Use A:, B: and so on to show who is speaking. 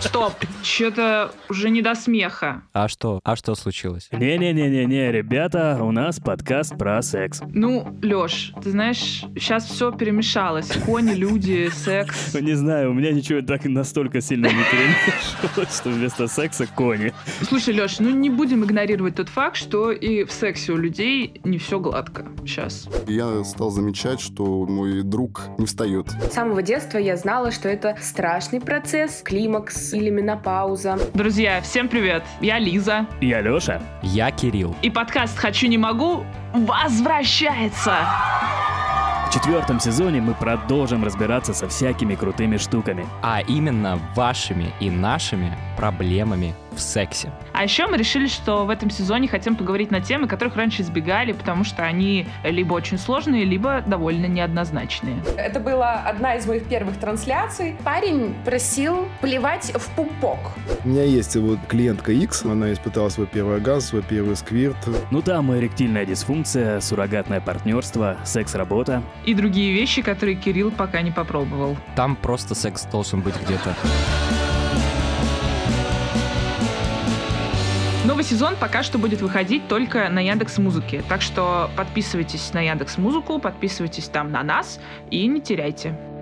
A: Стоп, что-то уже не до смеха.
B: А что? А что случилось?
C: Не-не-не-не-не, ребята, у нас подкаст про секс.
A: Ну, Лёш, ты знаешь, сейчас все перемешалось. Кони, люди, секс.
C: Не знаю, у меня ничего так настолько сильно не перемешалось, что вместо секса кони.
A: Слушай, Лёш, ну не будем игнорировать тот факт, что и в сексе у людей не все гладко сейчас.
D: Я стал замечать, что мой друг не встает.
E: С самого детства я знала, что это страшный процесс, климакс или менопауза.
A: Друзья, всем привет. Я Лиза.
C: Я Лёша.
B: Я Кирилл.
A: И подкаст «Хочу, не могу» возвращается.
C: В четвертом сезоне мы продолжим разбираться со всякими крутыми штуками.
B: А именно вашими и нашими проблемами в сексе.
A: А еще мы решили, что в этом сезоне хотим поговорить на темы, которых раньше избегали, потому что они либо очень сложные, либо довольно неоднозначные.
F: Это была одна из моих первых трансляций.
E: Парень просил плевать в пупок.
G: У меня есть вот клиентка X, она испытала свой первый газ, свой первый сквирт.
C: Ну там и эректильная дисфункция, суррогатное партнерство, секс-работа.
A: И другие вещи, которые Кирилл пока не попробовал.
B: Там просто секс должен быть где-то.
A: Новый сезон пока что будет выходить только на Яндекс Музыке, так что подписывайтесь на Яндекс Музыку, подписывайтесь там на нас и не теряйте.